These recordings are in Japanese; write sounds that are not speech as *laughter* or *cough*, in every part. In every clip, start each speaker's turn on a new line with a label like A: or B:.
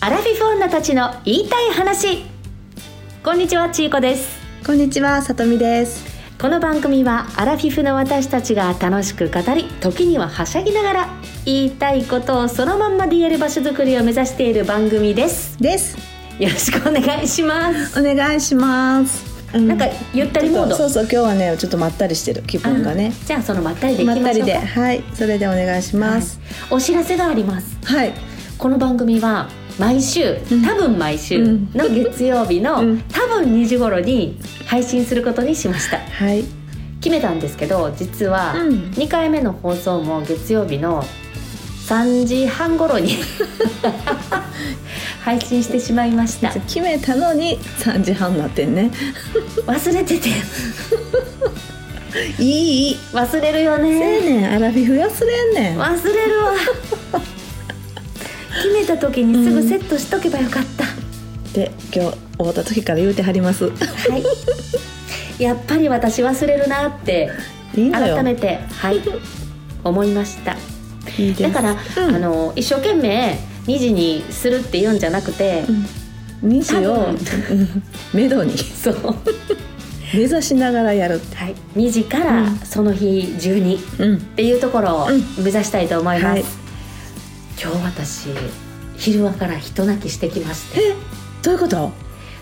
A: アラフィフ女たちの言いたい話こんにちはちいこです
B: こんにちは、さとみです。
A: この番組はアラフィフの私たちが楽しく語り時にははしゃぎながら言いたいことをそのまんまでやる場所づくりを目指している番組です
B: です。
A: よろしくお願いします
B: お願いします。う
A: なんかゆったりモード
B: ちょっとそうそう、今日はね、ちょっとまったりしてる気分がね。
A: じゃあそのまったりでいき
B: ま
A: ま
B: っ
A: しょうか
B: たりで、はい、それでお願いします。
A: お知らせがあります
B: はい、
A: この番組は毎週
B: うん
A: 多分毎週
B: うん
A: の月曜日の、
B: うん
A: 多分2時頃に配信することにしました
B: はい、
A: 決めたんですけど実は
B: うん
A: 2回目の放送も月曜日の3時半頃
B: *laughs*
A: に配信してしまいました
B: 決めたのに三時半になってんね。
A: 忘れてて
B: いい。
A: 忘れるよ
B: せ
A: ね
B: やねん、アラフィフ忘れんねん。
A: 忘れるわ決めた時にすぐセットしとけばよかった、
B: で、今日会った時から言うてはります。
A: はい。やっぱり私忘れるなって
B: いいのよ。
A: 改めてはい思いました。
B: いいです
A: だから、
B: うん
A: あの一生懸命2時にするって言うんじゃなくて、
B: うん二時を
A: 多分
B: うん *laughs* 目処に
A: そう
B: 目指しながらやる。
A: はい2時から
B: うん
A: その日中にっ
B: うん。
A: ていうところを
B: うん
A: 目指したいと思います。
B: はい
A: 今日私昼間から人泣きしてきまして
B: え、どういうこと？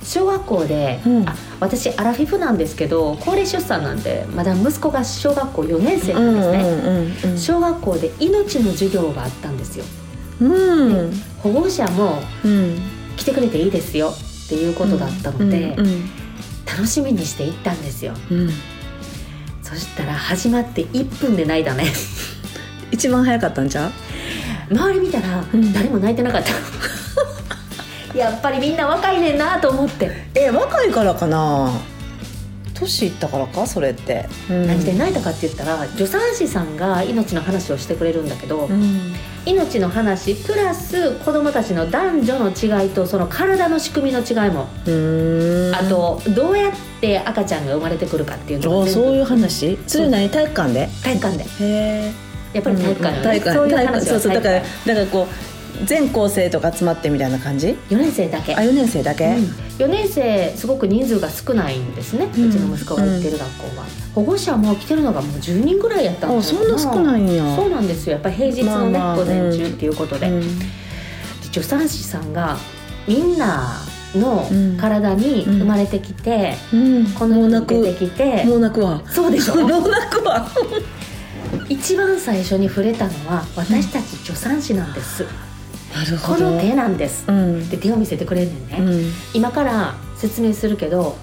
A: 小学校で、
B: うん
A: あ私アラフィフなんですけど高齢出産なんでまだ息子が小学校4年生
B: う
A: なん
B: ん
A: で
B: う
A: すね、
B: んうん
A: 小学校で命の授業があったんですよ
B: うん
A: 保護者も
B: うん
A: 来てくれていいですよっていうことだったので、
B: うん
A: 楽しみにして行ったんですよ
B: うん
A: そしたら始まって1分で泣いたね
B: 一番早かったんじゃう
A: 周り見たら
B: うん
A: 誰も泣いてなかった *laughs* やっぱりみんな若いねんなと思って
B: え若いからかな年いったからかそれって、うん
A: 何で泣いたかって言ったら助産師さんが命の話をしてくれるんだけど、
B: うん
A: 命の話プラス子供たちの男女の違いとその体の仕組みの違いも
B: うーん
A: あとどうやって赤ちゃんが生まれてくるかっていうの
B: あ
A: が全部
B: そういう話それ何体育館で
A: 体育館で
B: へえ
A: やっぱり体育館,、
B: 体育館
A: そういう
B: 体育
A: 話
B: 館そ
A: は
B: うそう
A: 体
B: だ
A: 育
B: から
A: 館
B: だからこう全校生とか集まってみたいな感じ
A: 4年生だけ、
B: あ四年生だけ、
A: うん4年生すごく人数が少ないんですね、う
B: うん
A: ちの息子が行ってる学校は、保護者も来てるのがもう10人ぐらいやったん
B: あそんな少ないいんや
A: そうなんですよやっぱり平日のね、
B: まあまあ
A: 午前中っていうことで、
B: うん
A: で助産師さんがみんなの
B: うん
A: 体に生まれてきて、
B: うん
A: この
B: もう
A: 世
B: 泣
A: に出てき
B: く
A: て
B: もう泣くわ
A: そうでしょ
B: もう泣くわ
A: 一番最初に触れたのは私たち助産師なんです、
B: なる
A: こ
B: ほど
A: の手なんです、
B: うん
A: で手を見せてくれんねんね、
B: うん
A: 今から説明するけど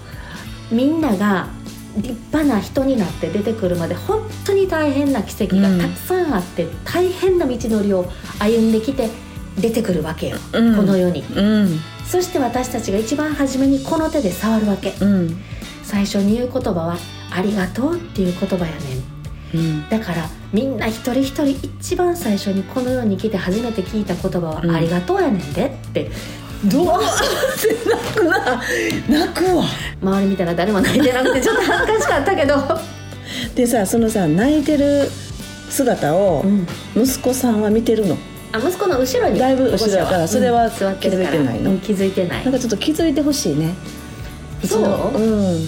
A: みんなが立派な人になって出てくるまで本当に大変な奇跡がたくさんあって、大変な道のりを歩んできて出てくるわけよ、
B: うん
A: この世に
B: うん
A: そして私たちが一番初めにこの手で触るわけ
B: うん
A: 最初に言う言葉は「ありがとう」っていう言葉やねん
B: うん
A: だからみんな一人一人一番最初にこの世に来て初めて聞いた言葉は「
B: うん
A: ありがとうやねんで」って
B: どうって泣くな泣くわ
A: 周り見たら誰も泣いてなくてちょっと恥ずかしかったけど、
B: でさそのさ泣いてる姿を
A: うん
B: 息子さんは見てるの、
A: あ息子の後ろに
B: だいぶ後ろやから
A: 保護者
B: それは
A: うん座ってるから
B: 気づいてないの
A: うん気づいてない
B: なんかちょっと気づいてほしいね
A: そう
B: のうん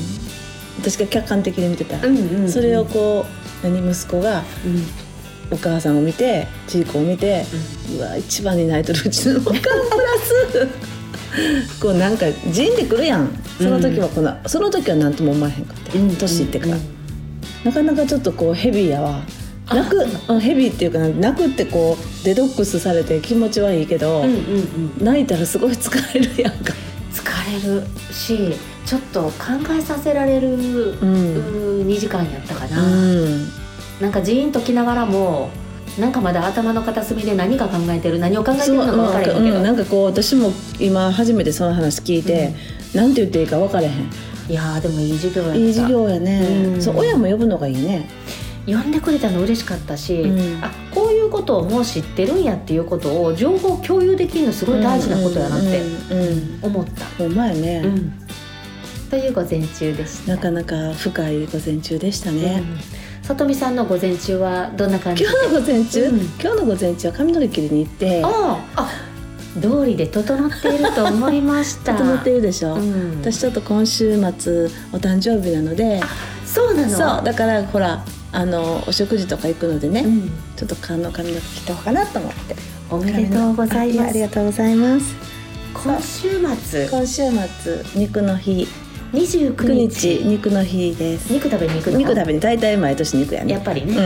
B: 私が客観的に見てた、
A: うんうんうん
B: それをこう何息子が
A: うんうん
B: お母さんを見てちいこを見て、うわ一番に泣いてるうちのお母さんプ
A: *laughs*
B: ラスこうなんかじんでくるやんその時はこの、その時は何とも思わへんかった、
A: うん
B: 年いってから、
A: うん
B: なかなかちょっとこうヘビーやわ
A: あ
B: 泣くうんヘビーっていうかな泣くってこうデトックスされて気持ちはいいけど、
A: うんうんうん
B: 泣いたらすごい疲れるやんか、
A: 疲れるしちょっと考えさせられる、
B: う
A: うん2時間やったか
B: う
A: な、
B: ん、
A: なんかジーンときながらもなんかまだ頭の片隅で何か考えてる何を考えてるのか分からへんけど、
B: うんなんかこう私も今初めてその話聞いて、なんて言っていいか分からへん
A: いやーでもいい授業やった
B: いい授業やね、
A: うん
B: そう親も呼ぶのがいいね、
A: 呼んでくれたの嬉しかったし、
B: うん
A: あこういうことをもう知ってるんやっていうことを情報共有できるのすごい大事なことやなって
B: うんうん
A: 思った。
B: ほんまやね、
A: という午前中でした。
B: なかなか深い午前中でした
A: う
B: ね、
A: んさとみさんの午前中はどんな感じ
B: 今？日の午前中、
A: うん
B: 今日の午前中は髪の毛切りに行って
A: あああ道理で整っていると思いました
B: *laughs* 整っているでしょ、
A: うん
B: 私ちょっと今週末お誕生日なので
A: そうなの
B: そうだからほらあのお食事とか行くのでね、
A: うん
B: ちょっと顔の髪の毛切った方かなと思って
A: おめでとうございま
B: ああ
A: す
B: りがとうございます
A: 今週末
B: 今週末肉の日
A: 29
B: 9
A: 日
B: 日肉の日です
A: 肉食べに行くの
B: 肉食べに大体毎年肉やね
A: やっぱり
B: う
A: ね、
B: ん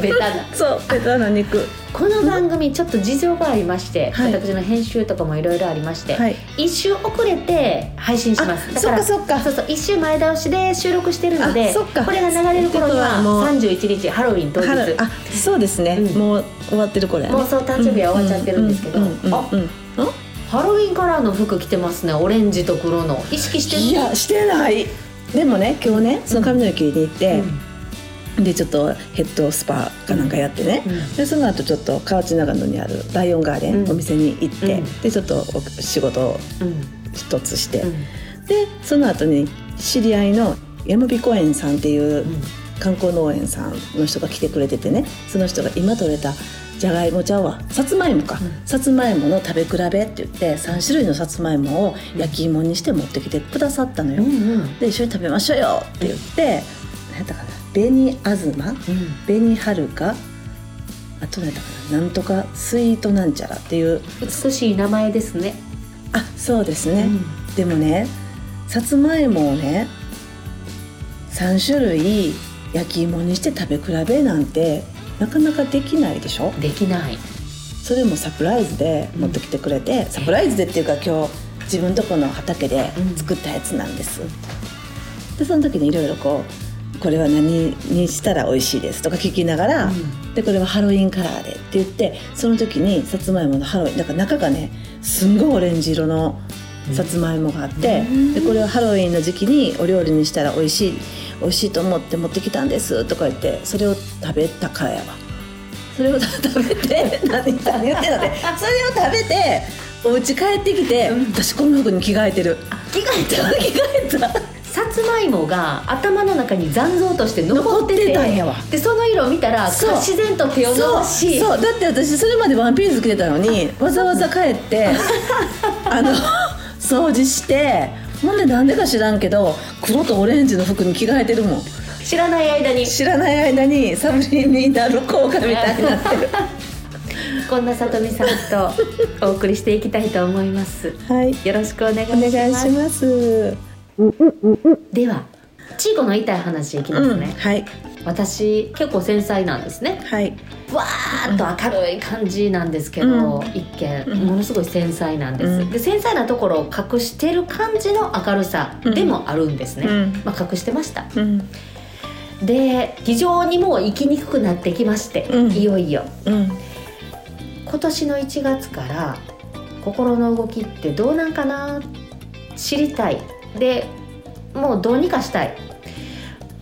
A: ベタな
B: そうベタな肉
A: この番組ちょっと事情がありまして、
B: はい
A: 私の編集とかもいろいろありまして、
B: はい
A: 一週遅れて配信します
B: あそっかそっか
A: そうそう一週前倒しで収録してるので
B: あそっか
A: これが流れる頃には
B: ってことはもう
A: 31日ハロウィン当日
B: 春あそうですね、
A: うん
B: もう終わってるこれ、ね、
A: もうそう誕生日は終わっちゃってるんですけど、
B: うんうんうん
A: あ
B: うんうんあ
A: ハロウィンカラーの服着てますねオレンジと黒の意識してる
B: いやしてないでもね今日ねその髪の毛切りに行って、でちょっとヘッドスパかなんかやってね、
A: うん
B: でその後ちょっと河内長野にあるライオンガーデン、
A: うん
B: お店に行って、
A: うん
B: でちょっとお仕事を
A: うんうん
B: 一つして、
A: うん
B: でその後に知り合いの山火公園さんっていう
A: うん
B: 観光農園さんの人が来てくれててねその人が今採れたじゃがいもちゃうわさつまいもか、
A: うん
B: さつまいもの食べ比べって言って3種類のさつまいもを焼き芋にして持ってきてくださったのよ、
A: うんうん
B: で一緒に食べましょうよって言って、何やったかな紅あずま
A: うん
B: 紅はるかあと何やったかななんとかスイートなんちゃらっていう
A: 美しい名前ですね
B: あそうですね、
A: うん
B: でもねさつまいもをね3種類焼き芋にして食べ比べなんてなかなかできないでしょ
A: できない
B: それもサプライズで持ってきてくれて、サプライズでっていうか今日自分とこの畑で作ったやつなんです、でその時にいろいろこうこれは何にしたら美味しいですとか聞きながら、
A: うん
B: でこれはハロウィンカラーでって言ってその時にさつまいものハロウィンだから中がねすんごいオレンジ色のさつまいもがあって、
A: うん
B: でこれはハロウィンの時期にお料理にしたら美味しい美味しいと思って持ってきたんですとか言ってそれを食べたからやわそれを食べて何何言ってんのってそれを食べてお家帰ってきて、
A: うん
B: 私この服に着替えてる
A: 着替
B: 着替えた
A: さつまいもが頭の中に残像として残ってて
B: 残ってたんやわ
A: でその色を見たら
B: そう
A: 自然と手を伸ばし
B: そうそうだって私それまでワンピース着てたのにわざわざ帰って *laughs* あの掃除してほんでなんでか知らんけど黒とオレンジの服に着替えてるもん
A: 知らない間に
B: 知らない間にサブリミナル効果みたいになってる
A: こんなさとみさんとお送りしていきたいと思います
B: *laughs* はい
A: よろしくお願いし
B: お願
A: ま
B: い
A: す
B: します
A: ではチーコの痛い話いきま
B: う
A: す
B: ん
A: ね、
B: はい
A: 私結構繊細なんですね
B: はい
A: わーっと明るい感じなんですけど、一見ものすごい繊細なんです、
B: うん
A: で繊細なところを隠してる感じの明るさでもあるんですね、
B: うん
A: まあ隠してました
B: うん
A: で非常にもう生きにくくなってきまして、
B: うん
A: いよいよ
B: うん
A: 今年の1月から心の動きってどうなんかな知りたいでもうどうにかしたい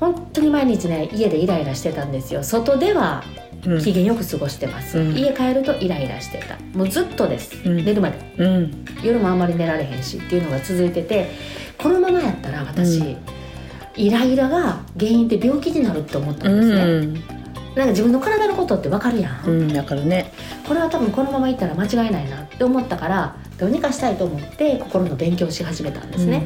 A: 本当に毎日ね家でイライラしてたんですよ外では
B: うん
A: 機嫌よく過ごしてます、
B: うん
A: 家帰るとイライラしてたもうずっとです、
B: うん
A: 寝るまで
B: うん
A: 夜もあんまり寝られへんしっていうのが続いててこのままやったら私、
B: うん
A: イライラが原因って病気になるって思ったんですね、なんか自分の体のことってわかるやん、
B: うんだからね
A: これは多分このままいったら間違いないなって思ったからどうにかしたいと思って心の勉強をし始めたんですね、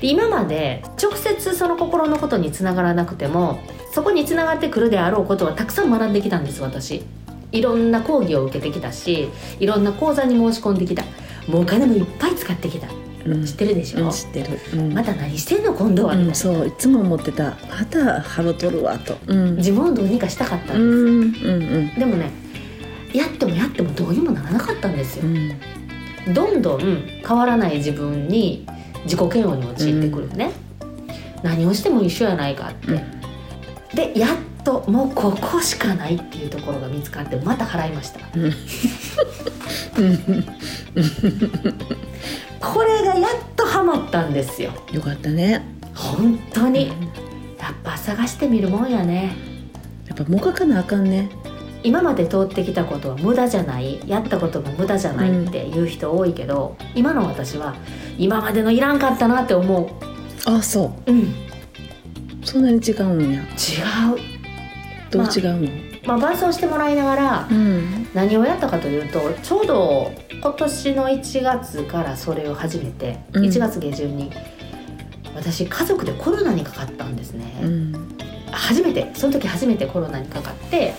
A: で今まで直接その心のことにつながらなくてもそこにつながってくるであろうことはたくさん学んできたんです私いろんな講義を受けてきたしいろんな講座に申し込んできたもうお金もいっぱい使ってきた
B: うん
A: 知ってるでしょ、
B: うん知ってるうん
A: また何してんの今度はみた
B: う
A: いな、
B: ん、そういつも思ってたまたハロ取るわと、うん、
A: 自分をどうにかしたかったんです、
B: うんうん
A: でもねやってもやってもどうにもならなかったんですよ
B: う、ん
A: どんどん変わらない自分に自己嫌悪に陥ってくるね、何をしても一緒やないかって、でやっともうここしかないっていうところが見つかってまた払いました *laughs* これがやっとハマったんですよ
B: よかったね
A: 本当に
B: や
A: やっぱ探してみるもんやね
B: っぱもがかなあかんね
A: 今まで通ってきたことは無駄じゃないやったことも無駄じゃないっていう人多いけど、今の私は今までのいらんかったなって思
B: あそう
A: うん違う
B: そんなに違うんやどう違うの、
A: まあ、伴走してもらいながら
B: うん
A: 何をやったかというとちょうど今年の1月からそれを始めて、
B: うん
A: 1月下旬に私家族でコロナにかかったんですね、
B: うん
A: 初めてその時初めてコロナにかかって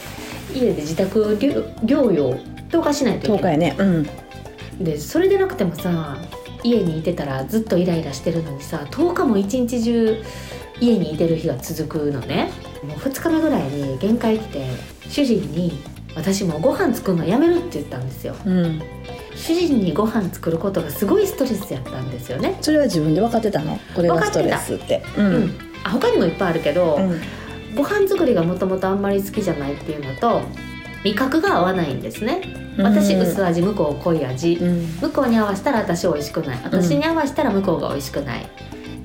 A: 家で自宅療療養とかしないとい
B: 10
A: け
B: 日
A: ない
B: やねうん
A: でそれでなくてもさ家にいてたらずっとイライラしてるのにさ10日も一日中家にいてる日が続くのねもう2日目ぐらいに限界来て主人に「私もうご飯作るのやめる」って言ったんですよ
B: うん
A: 主人にご飯作ることがすごいストレスやったんですよね
B: それは自分で分かってたのこれがストレスって
A: う
B: う
A: ん、
B: ん
A: あ他にもいっぱいあるけど、
B: うん
A: ご飯作りがもともとあんまり好きじゃないっていうのと味覚が合わないんですね私
B: うん
A: 薄味向こう濃い味、
B: うん
A: 向こうに合わせたら私美味しくない私に合わせたら向こうが美味しくない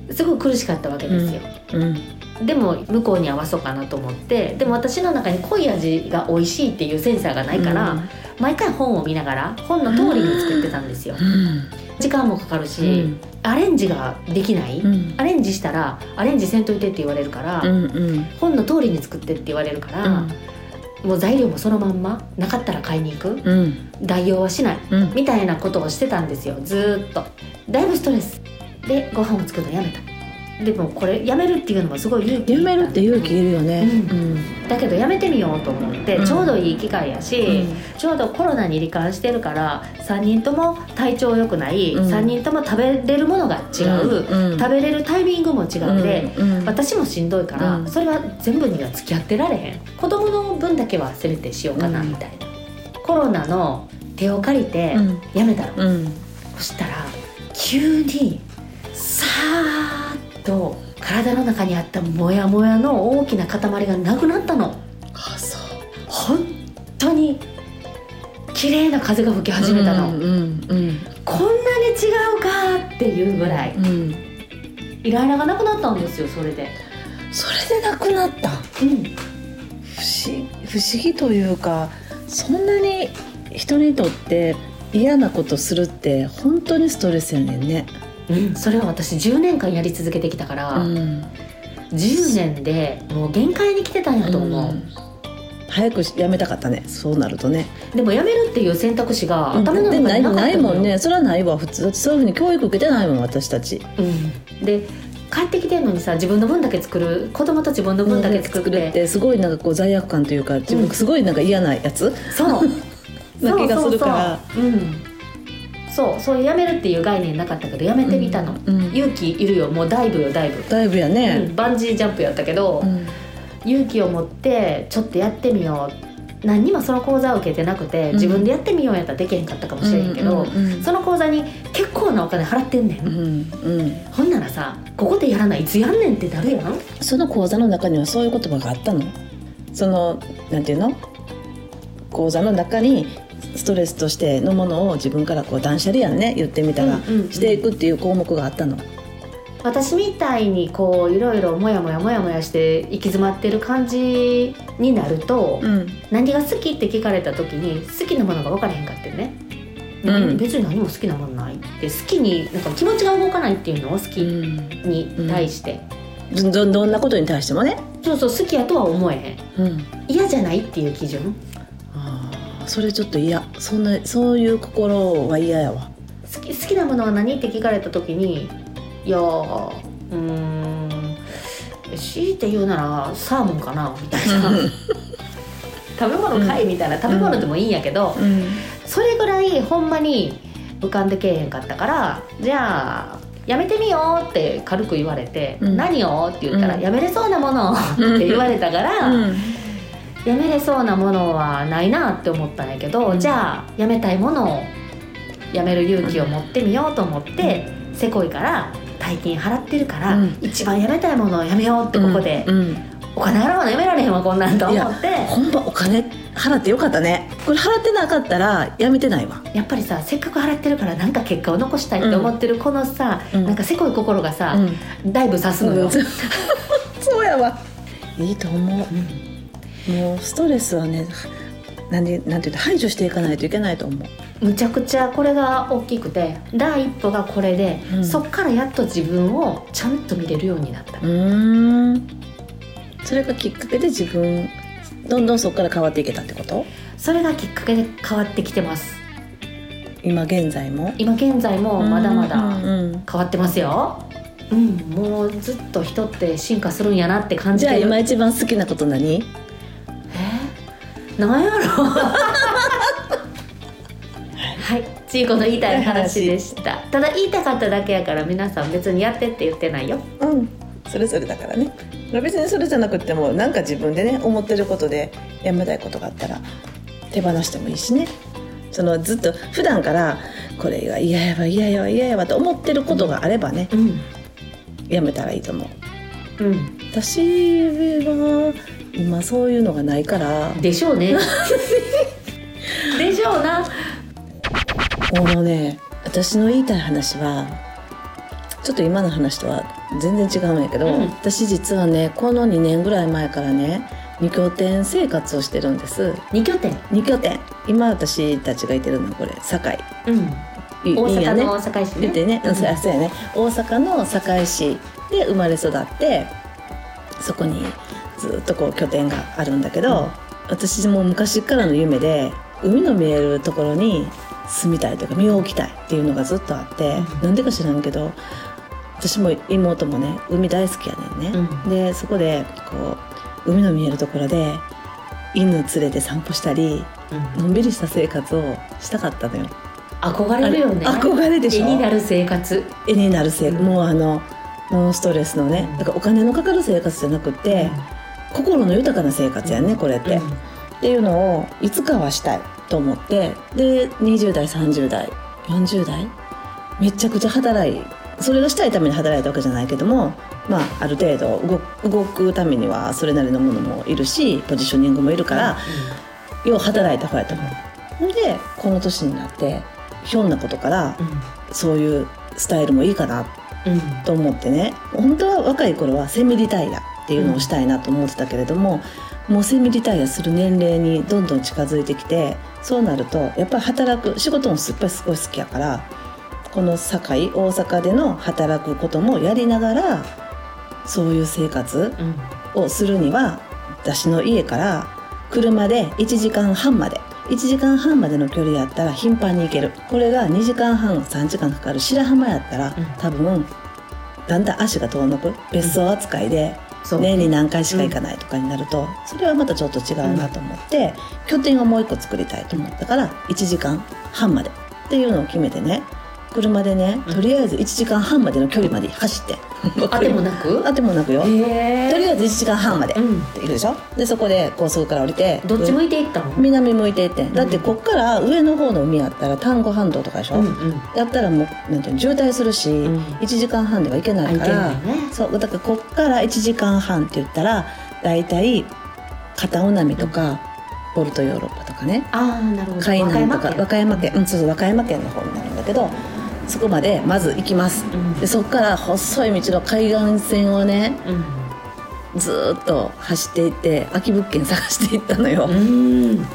A: すごく苦しかったわけですよ、
B: うん
A: でも向こうに合わそうかなと思ってでも私の中に濃い味が美味しいっていうセンサーがないから、毎回本を見ながら本の通りに作ってたんですよ
B: うん
A: 時間もかかるし、
B: うん
A: アレンジができない、
B: うん
A: アレンジしたらアレンジせんといてって言われるから、
B: うんうん
A: 本の通りに作ってって言われるから、もう材料もそのまんまなかったら買いに行く
B: うん
A: 代用はしない
B: うん
A: みたいなことをしてたんですよずーっとだいぶストレスでご飯を作るのやめたでもこれやめるっていうのもすごい勇気
B: やめるって勇気いるよね
A: う
B: うん
A: だけどやめてみようと思って、
B: うん
A: ちょうどいい機会やし、ちょうどコロナに罹患してるから3人とも体調良くない、
B: うん
A: 3人とも食べれるものが違う、
B: うん
A: 食べれるタイミングも違うで、
B: うんうん
A: 私もしんどいから、
B: うん
A: それは全部には付き合ってられへん子供の分だけはせめてしようかな
B: うん
A: みたいな、コロナの手を借りて
B: うん
A: やめたの、
B: うん
A: そしたら急にさーっと体の中にあったモヤモヤの大きな塊がなくなったの
B: あそう
A: 本当に綺麗な風が吹き始めたの、
B: うんうん
A: こんなに違うかっていうぐらい
B: うんうん
A: イライラがなくなったんですよそれで、
B: それでなくなった
A: うん、
B: 不思不思議というかそんなに人にとって嫌なことするって本当にストレスやねんね。
A: うん、それは私10年間やり続けてきたから、
B: ん、
A: 10年でもう限界に来てたんやと思う、
B: ん早くやめたかったねそうなるとね。
A: でも辞めるっていう選択肢が頭の中
B: で
A: になか
B: な
A: っ
B: い
A: たのよ
B: ないもんねそれはないわ普通だってそういうふうに教育受けてないもん私たち。
A: うん、で帰ってきてんのにさ自分の分だけ作る子供と自分の分だけ作って,、
B: るってすごいなんかこう罪悪感というか自
A: う
B: 分
A: ん
B: すごいなんか嫌なやつ
A: そう *laughs*
B: な気がするから。
A: そうそうそう,、うん、そうそういう辞めるっていう概念なかったけど辞めてみたの、
B: うん
A: 勇気いるよもうだいぶよだいぶ、
B: だいぶや
A: う
B: ね。
A: ん、バンジージャンプやったけど、
B: うん
A: 勇気を持ってちょっとやってみよう何にもその講座を受けてなくて自分でやってみようやったらできへんかったかもしれへんけど、
B: うんうんうん
A: その講座に結構なお金払ってんねん、
B: うんうん、
A: ほんならさここでやらないいつやんねんってなるやん
B: その講座の中にはそういう言葉があったのそのなんていうの講座の中にストレスとしてのものを自分からこう断捨離やんね言ってみたら、
A: うんうんうん
B: していくっていう項目があったの。
A: 私みたいにこういろいろモヤモヤモヤモヤして行き詰まってる感じになると、
B: ん
A: 何が好きって聞かれた時に好きなものが分からへんかってね、
B: うん
A: 別に何も好きなものないって好きになんか気持ちが動かないっていうのを好
B: う
A: き
B: ん、
A: に対して、
B: どどどんなことに対してもね、
A: そうそう好きやとは思えへん
B: うん、
A: 嫌じゃないっていう基準
B: あーそれちょっと嫌そんなそういう心は嫌やわ。
A: 好き好きなものは何って聞かれた時にいやーうーん強いて言うならサーモンかなみたいな食べ物かいみたいな食べ物でもいいんやけど、
B: うん
A: それぐらいほんまに浮かんでけえへんかったからじゃあやめてみようって軽く言われて「
B: うん
A: 何を?」って言ったら「
B: うん
A: やめれそうなもの」 *laughs* って言われたから、
B: うん
A: やめれそうなものはないなって思ったんやけど、
B: うん
A: じゃあやめたいものをやめる勇気を持ってみようと思って、せこいから大金払ってるから、
B: うん
A: 一番やめたいものをやめようってここで、
B: うん
A: お金払うのやめられへんわこんなんと思ってや
B: ほんまお金払ってよかったねこれ払ってなかったらやめてないわ
A: っぱりさせっかく払ってるからなんか結果を残したいって思ってるこのさ、
B: うん
A: なんかせこい心がさ、だいぶ刺すのよ、
B: うん *laughs* そうやわいいと思うもうストレスはねなんでなんていうの排除していかないといけないと思う
A: むちゃくちゃこれが大きくて第一歩がこれで、
B: うん
A: そっからやっと自分をちゃんと見れるようになった
B: うーんそれがきっかけで自分どんどんそこから変わっていけたってこと
A: それがきっかけで変わってきてます
B: 今現在も
A: 今現在もまだま
B: うん
A: だ
B: うんうん
A: 変わってますようん、もうずっと人って進化するんやなって感じ
B: じゃあ
A: て
B: 今
A: る
B: 一番好きなこと何
A: えなんやろはいちいこの言いたい話で
B: *laughs*
A: したただ言いたかっただけやから皆さん別にやってって言ってないよ
B: うんそれぞれだからね別にそれじゃなくってもなんか自分でね思ってることでやめたいことがあったら手放してもいいしねそのずっと普段からこれが嫌やわ嫌やわ嫌やわと思ってることがあればね
A: うん
B: やめたらいいと思う
A: うん
B: 私は今そういうのがないから
A: でしょう
B: *laughs*
A: ねでしょうな
B: このね私の言いたい話はちょっと今の話とは全然違うんやけど、
A: うん
B: 私実はねこの2年ぐらい前からね二拠点生活をしてるんです
A: 二拠点
B: 二拠点今私たちがいてるのはこれ堺
A: うん
B: いい
A: 大
B: いいんや
A: 阪
B: ね
A: の大阪市ね
B: 言ってね、
A: う
B: うんん、そうやそうやね大阪の堺市で生まれ育ってそこにずっとこう拠点があるんだけど、
A: うん
B: 私も昔からの夢で海の見えるところに住みたいというか身を置きたいっていうのがずっとあって
A: うん
B: な、んでか知らんけど私も妹もね海大好きやねんね、
A: う
B: でそこでこう海の見えるところで犬連れて散歩したり
A: うん
B: のんびりした生活をしたかったのよ
A: 憧れるよね
B: あれ憧れでしょ
A: 絵になる生活
B: 絵になる生活、
A: うん
B: もうあのノンストレスのね
A: うん
B: だからお金のかかる生活じゃなくて、心の豊かな生活やねこれって、
A: うん
B: っていうのをいつかはしたいと思ってで20代30代40代めちゃくちゃ働いそれがしたいために働いたわけじゃないけどもまあある程度動く動くためにはそれなりのものもいるしポジショニングもいるから、よう働いた方やと思う。ほんでこの年になってひょんなことからそういうスタイルもいいかな
A: うんうん
B: と思ってね本当は若い頃はセミリタイヤっていうのをしたいなと思ってたけれども、もうセミリタイヤする年齢にどんどん近づいてきてそうなるとやっぱり働く仕事もすっぱりすごい好きやからこの堺大阪での働くこともやりながらそういう生活
A: うんうん
B: をするには私の家から車で1時間半まで1時間半までの距離やったら頻繁に行けるこれが2時間半3時間かかる白浜やったら、
A: うん
B: 多分だんだん足が遠のく別荘扱いで
A: そう
B: 年に何回しか行かないとかになると、それはまたちょっと違うなと思って、拠点をもう一個作りたいと思ったから1時間半までっていうのを決めてね車でね
A: うん
B: とりあえず1時間半までの距離まで走って
A: あてもなく
B: *laughs* あてもなくよ、
A: へえ
B: とりあえず1時間半まで
A: う、ん
B: いるでしょでそこで高速から降りて
A: どっち
B: 上
A: 向いていったの
B: 南向いていってんだってこっから上の方の海やったら丹後半島とかでしょ、
A: うんうん
B: やったらもうなんていうの渋滞するし、
A: ん
B: 1時間半では行けないか
A: あ
B: ら
A: 行けないね
B: そうだからこっから1時間半って言ったら大体片尾波とか、ポルトヨーロッパとかね
A: ああなるほど
B: 海南とか
A: 和歌
B: 和山
A: 山
B: 県
A: 県
B: うんそうそう和歌山県の方になるんだけどそこまでまず行きます
A: うん
B: でそこから細い道の海岸線をねずーっと走っていって空き物件探していったのよ
A: う、んうん
B: うん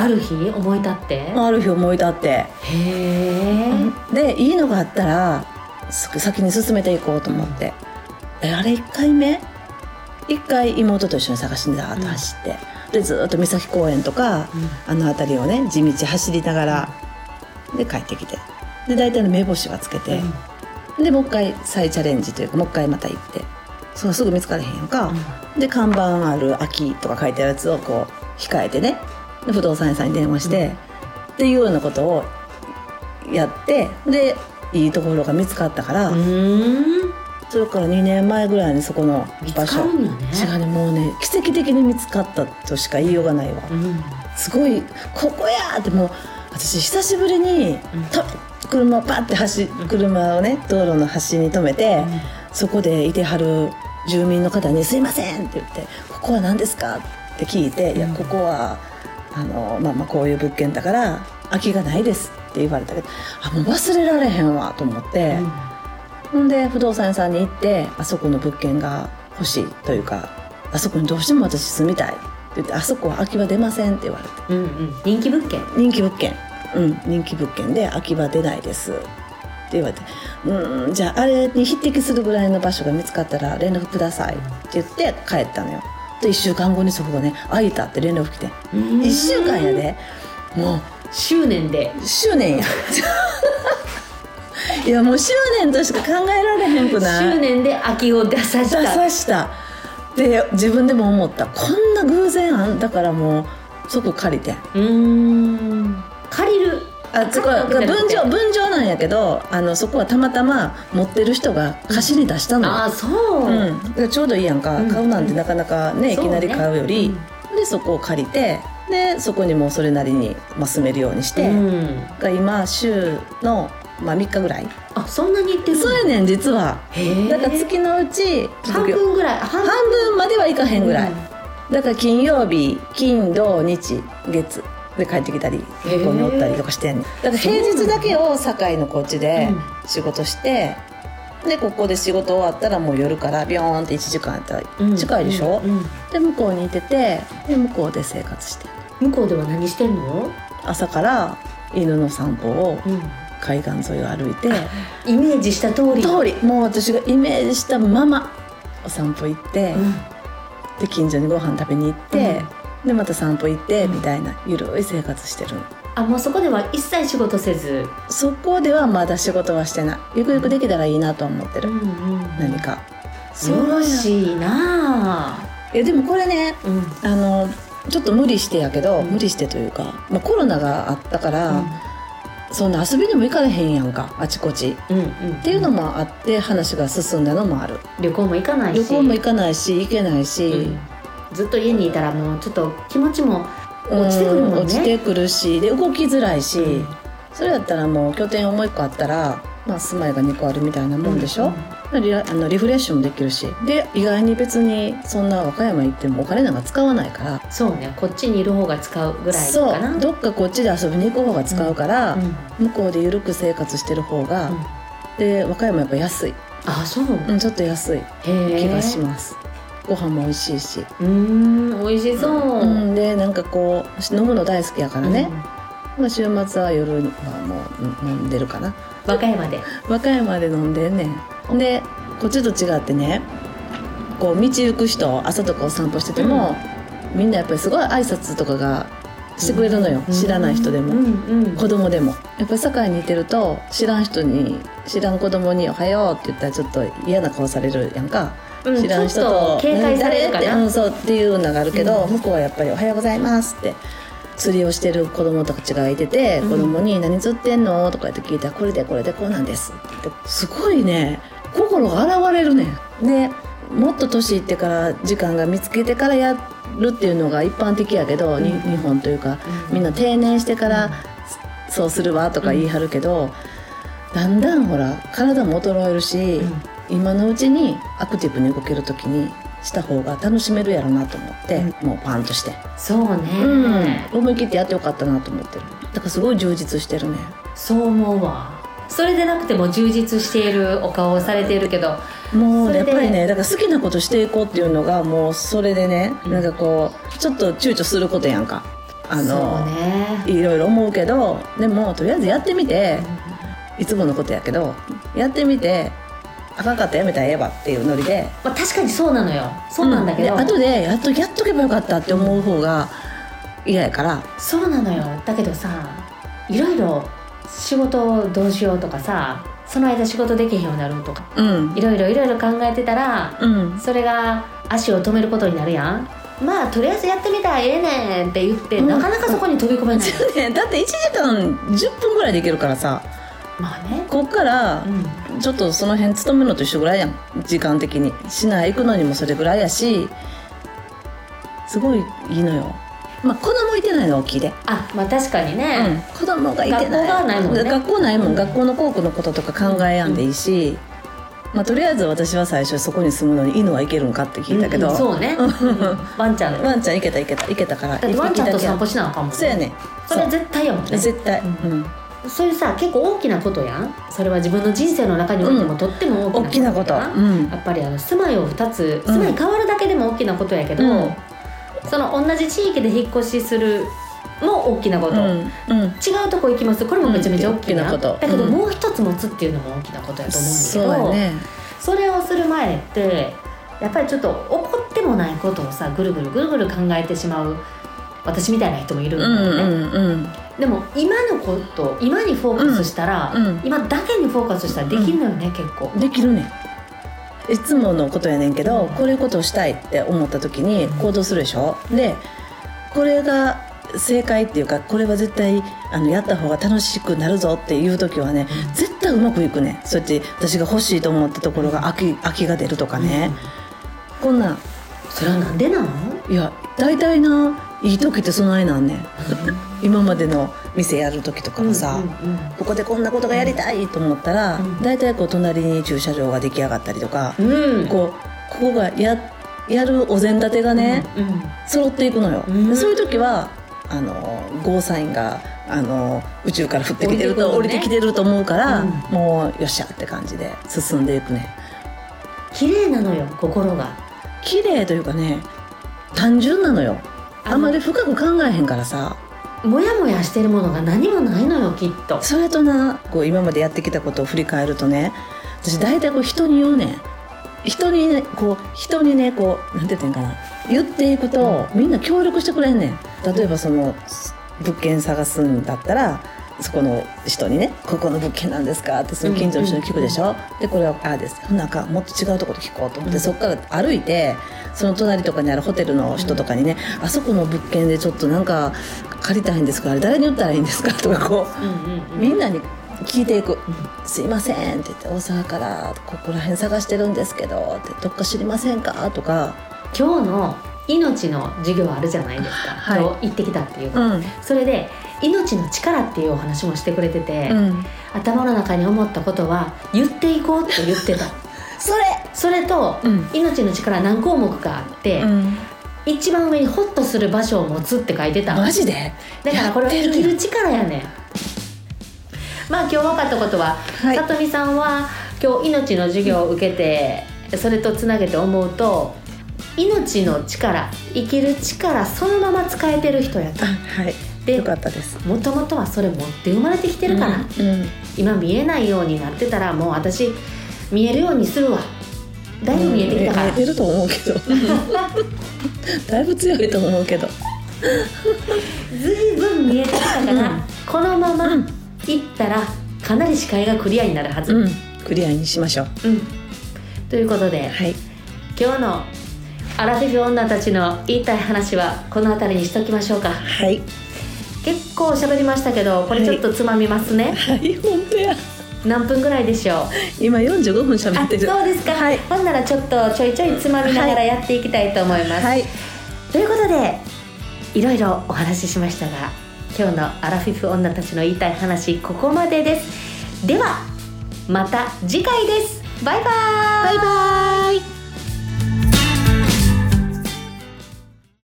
A: ある日思い立って
B: ある日思い立って、
A: へえ
B: でいいのがあったらすぐ先に進めていこうと思って、えあれ1回目1回妹と一緒に探しにザーッと走って、でずーっと三崎公園とかあの辺りをね地道走りながらで帰ってきてで大体の目星はつけて、でもう一回再チャレンジというかもう一回また行ってそうすぐ見つからへんやんか、で看板ある「秋」とか書いてあるやつをこう控えてねで不動産屋さんに電話して、
A: うん
B: っていうようなことをやってでいいところが見つかったから、
A: うん
B: それから2年前ぐらいにそこの
A: 見つ
B: 場
A: か
B: 所
A: るんよ
B: 違
A: ね
B: うねもうね奇跡的に見つかったとしか言いようがないわ、
A: うん
B: すごい「ここや!」ってもう私久しぶりに、
A: うん
B: た車をパッて走車をね道路の端に止めて。そこでいてはる住民の方に「すいません」って言って「ここは何ですか?」って聞いて「いや
A: うん
B: ここはあの、まあ、まあこういう物件だから空きがないです」って言われたけど「あもう忘れられへんわ」と思って、ほんで不動産屋さんに行って「あそこの物件が欲しい」というか「あそこにどうしても私住みたい」って言って「あそこは空きは出ません」って言われて
A: うんうん人気物件
B: 人気物件うん人気物件で空き場出ないですって言われて「うんじゃああれに匹敵するぐらいの場所が見つかったら連絡ください」って言って帰ったのよと1週間後に祖父がね「会えた」って連絡来て
A: うん
B: 1週間やでも
A: 執念で
B: う執念や *laughs* いやもう執念としか考えられへんくない
A: 執念で秋を出さし
B: 出
A: た
B: さしたで自分でも思ったこんな偶然あんだからもう即借りて
A: うーん借りる
B: あそこは
A: 借りるわ
B: 分
A: けじゃなくて
B: 譲分譲なんやけどあのそこはたまたま持ってる人が貸しに出したのよ
A: ああそう、
B: うん、でちょうどいいやんか、
A: うん
B: 買うなんてなかなかね、い
A: そう
B: きなり買うより、
A: ね
B: でそこを借りてでそこにもうそれなりに、まあ、住めるようにして、
A: うん
B: が今週の、まあ、3日ぐらい、
A: あそんなにいってる
B: そうやねん実は
A: へえ
B: だから月のうち
A: 半分ぐらい半
B: 半分まではいかへんぐらい、
A: うん
B: だから金曜日金土日月で帰ってきたり
A: へえ
B: 向こうにおったりとかしてんねんだから平日だけを堺のこっちで仕事して、でここで仕事終わったらもう夜からビョーンって1時間やったら近いでしょ、
A: うんうん
B: で向こうにいててで向こうで生活して
A: うん向こうでは何してんの、
B: 朝から犬の散歩を
A: うん、
B: 海岸沿いを歩いて、
A: イメージした通り
B: 通りもう私がイメージしたままお散歩行って、
A: うん
B: で近所にご飯食べに行って、でまた散歩行ってみたいなゆるい生活してるの
A: あもうそこでは一切仕事せず、
B: そこではまだ仕事はしてないゆくゆくできたらいいなとは思ってる、何か
A: よろ
B: い
A: しいなあ
B: やでもこれね
A: うん
B: あのちょっと無理してやけど、
A: うん
B: 無理してというか、まあ、コロナがあったから、
A: う
B: そんな遊びにも行かれへんやんかあちこちっ
A: んうんうん
B: ていうのもあって話が進んだのもある
A: 旅行も行かないし
B: 旅行も行かないし行けないし、
A: うんずっと家にいたらもうちょっと気持ちも落ちてくるもんね
B: う落ちてくるしで動きづらいし、
A: うん
B: それだったらもう拠点をもう一個あったら、まあ、住まいが2個あるみたいなもんでしょ、リラあのリフレッシュもできるしで意外に別にそんな和歌山行ってもお金なんか使わないから
A: そうねこっちにいる方が使うぐらい
B: そ
A: かな
B: うどっかこっちで遊びに行く方が使うから、
A: うん
B: 向こうで緩く生活してる方が、
A: うん
B: で和歌山やっぱ安い、
A: あそう、
B: うん、ちょっと安い
A: へえ
B: 気がします、ご飯も美味しいし、
A: うーん美味しそう、
B: うん、でなんかこう私飲むの大好きやからね、
A: うん
B: まあ、週末は夜に、まあ、もううん飲んでるかな
A: 和歌山で
B: 和歌山で飲んでんねんでこっちと違ってねこう道行く人朝とかお散歩してても、みんなやっぱりすごい挨拶とかがしてくれるのよ、知らない人でも、
A: うんうん
B: 子供でもやっぱり堺にいてると知らん人に知らん子供に「おはよう」って言ったらちょっと嫌な顔されるやんか、
A: うん
B: 知らん人
A: ちょ
B: と
A: っと警戒されるか
B: 誰って
A: な
B: うん、そうっていうのがあるけど、
A: うん
B: 向こうはやっぱり「おはようございます」って釣りをしてる子供たちがいてて、
A: うん
B: 子供に「何釣ってんの?」とかって聞いたら「これでこれでこうなんです」ってすごいね心が現れるねんでもっと年いってから時間が見つけてからやるっていうのが一般的やけど、に
A: うん
B: 日本というか
A: うん
B: みんな定年してか
A: うん
B: らそうするわとか言い張るけど、だんだんほら体も衰えるし、
A: うん
B: 今のうちにアクティブに動ける時にした方が楽しめるやろなと思って、もうパンとして、
A: そうね、
B: うん思い切ってやってよかったなと思ってるだからすごい充実してるね
A: そう思うわそれでなくても充実しているお顔をされているけど
B: も
A: そうれ
B: やっ
A: で
B: ぱりねだから好きなことしていこうっていうのがもうそれでね、
A: うん
B: なんかこうちょっと躊躇することやんかあの、
A: そうね
B: いろいろ思うけどでもとりあえずやってみて、いつものことやけどやってみてあかんかったやめたらええわっていうノリで
A: まあ、確かにそうなのよそうなんだけど、
B: で後でやっとやっとけばよかったって思う方が嫌やから
A: そうなのよだけどさいろいろ仕事をどうしようとかさその間仕事できへんようになるとか
B: うん
A: いろいろいろいろ考えてたら
B: うん
A: それが足を止めることになるやんまあとりあえずやってみたらええねんって言って、
B: うん
A: なかなかそこに飛び込めない、
B: ねだって1時間10分ぐらいでいけるからさ
A: まあね、
B: こっから
A: うん、
B: ちょっとその辺勤めるのと一緒ぐらいやん時間的に市内行くのにもそれぐらいやしすごいいいのよまあ子供いてないのは大きいで
A: あまあ確かにね、
B: 子供がいてない
A: 学校がないもんね
B: 学校ないもん
A: うん
B: 学校の校区のこととか考えやんでいいし、まあ、とりあえず私は最初そこに住むのに犬はいけるんかって聞いたけど、
A: うんうんそうね、ワンちゃんだ
B: ワンちゃんいけたいけたいけたから
A: ってワンちゃんと
B: 行きたきゃ
A: 散歩しなあかんもんね
B: そうやね
A: それは絶対やもんね
B: 絶対、
A: う
B: うん
A: そういうさ結構大きなことやんそれは自分の人生の中においてもとっても
B: 大
A: 大
B: き
A: きな
B: な
A: こ
B: ことと、
A: やな
B: うん
A: やっぱりあの住まいを2つ
B: うん
A: 住まい変わるだけでも大きなことやけど、
B: うん
A: その同じ地域で引っ越しするも大きなこと、
B: う
A: 違
B: んうん
A: うとこ行きますこれもめちゃめちゃ大きな,、
B: うん大きなこと
A: だけど
B: うん
A: もう一つ持つっていうのも大きなことやと思うんだけ
B: そう
A: ど、
B: やね
A: それをする前ってやっぱりちょっと怒ってもないことをさぐるぐるぐるぐる考えてしまう私みたいな人もいるん
B: う
A: だよね、
B: んうん
A: でも今のこと今にフォーカスしたら、
B: うんうん
A: 今だけにフォーカスしたらできるのよね、結構
B: うんできるねんいつものことやねんけどこういうことをしたいって思った時に行動するでしょでこれが正解っていうかこれは絶対あのやった方が楽しくなるぞっていう時はね絶対うまくいくねんそうやって私が欲しいと思ったところが空き空きが出るとかね、こんなん
A: それはなんでなの、
B: いや大体ないい時って備えなんねん今までの店やる時とかもさ、
A: うんうん
B: ここでこんなことがやりたいと思ったら、
A: うん
B: 大体こう隣に駐車場が出来上がったりとか、
A: うんうん
B: こうここがややるお膳立てがね、
A: うん
B: 揃っていくのよ、
A: うん
B: でそういう時はあのゴーサインがあの宇宙から降ってきてると降
A: 降
B: り
A: り
B: て
A: て
B: き
A: くるのね
B: てると思うから、
A: うん
B: もうよっしゃって感じで進んでいくね
A: 綺麗なのよ心が
B: 綺麗というかね単純なのよ
A: あの
B: あんまり深く考えへんからさ
A: もやもやしてるものが何もないのよきっと
B: それとなこう今までやってきたことを振り返るとね私大体こう人に言うねん人にねこう人にねこうなんて言ってんかな言っていくと、みんな協力してくれんねん例えばそのす物件探すんだったらそこの人にね「ここの物件なんですか?」ってその近所の人に聞くでしょ、でこれはああですなんかもっと違うところで聞こうと思って、
A: うん
B: そこから歩いてその隣とかにあるホテルの人とかにね「あそこの物件でちょっとなんか借りたいんですかあれ誰に言ったらいいんですか?」とかこ
A: うんう
B: う
A: ん
B: みんなに聞いていく「すいません」って言って「大阪からここら辺探してるんですけど」って「どっか知りませんか?」とか
A: 今日の命の授業あるじゃないですか、
B: はい
A: 今日行ってきたっていう、
B: ん
A: それで命の力っていうお話もしてくれてて、
B: ん
A: 頭の中に思ったことは言っていこうって言ってた
B: *laughs* それ
A: それと、
B: うん
A: 命の力何項目かあって、一番上にホッとする場所を持つって書いてた
B: マジで
A: だからこれは
B: や
A: 生
B: って
A: き
B: る
A: る力やねんまあ今日分かったことは、
B: はい
A: さとみさんは今日命の授業を受けてそれとつなげて思うと命の力生きる力そのまま使えてる人やと
B: あはい
A: で
B: よかったです
A: もともとはそれ持って生まれてきてるから、
B: うんうん
A: 今見えないようになってたらもう私見えるようにするわだいぶ見えてきたから、
B: う
A: *laughs*
B: ん見えてると思うけどだいぶ強いと思うけど
A: ずいぶん見えてきたから、
B: うん
A: このまま
B: う
A: 行
B: ん
A: ったらかなり視界がクリアになるはず、
B: うんクリアにしましょう
A: うん、ということで
B: はい
A: 今日のアラフィフ女たちの言いたい話はこの辺りにしときましょうか
B: はい
A: 結構喋りましたけどこれちょっとつまみますね、
B: はい本当や
A: 何分ぐらいでしょう
B: 今45分喋
A: あ
B: っ
A: そ
B: て
A: う
B: る
A: ですか、
B: はい
A: ほんならちょっとちょいちょいつまみながらやっていきたいと思います、
B: はい
A: ということでいろいろお話ししましたが今日のアラフィフ女たちの言いたい話ここまでですではまた次回ですバイバーイバイバーイ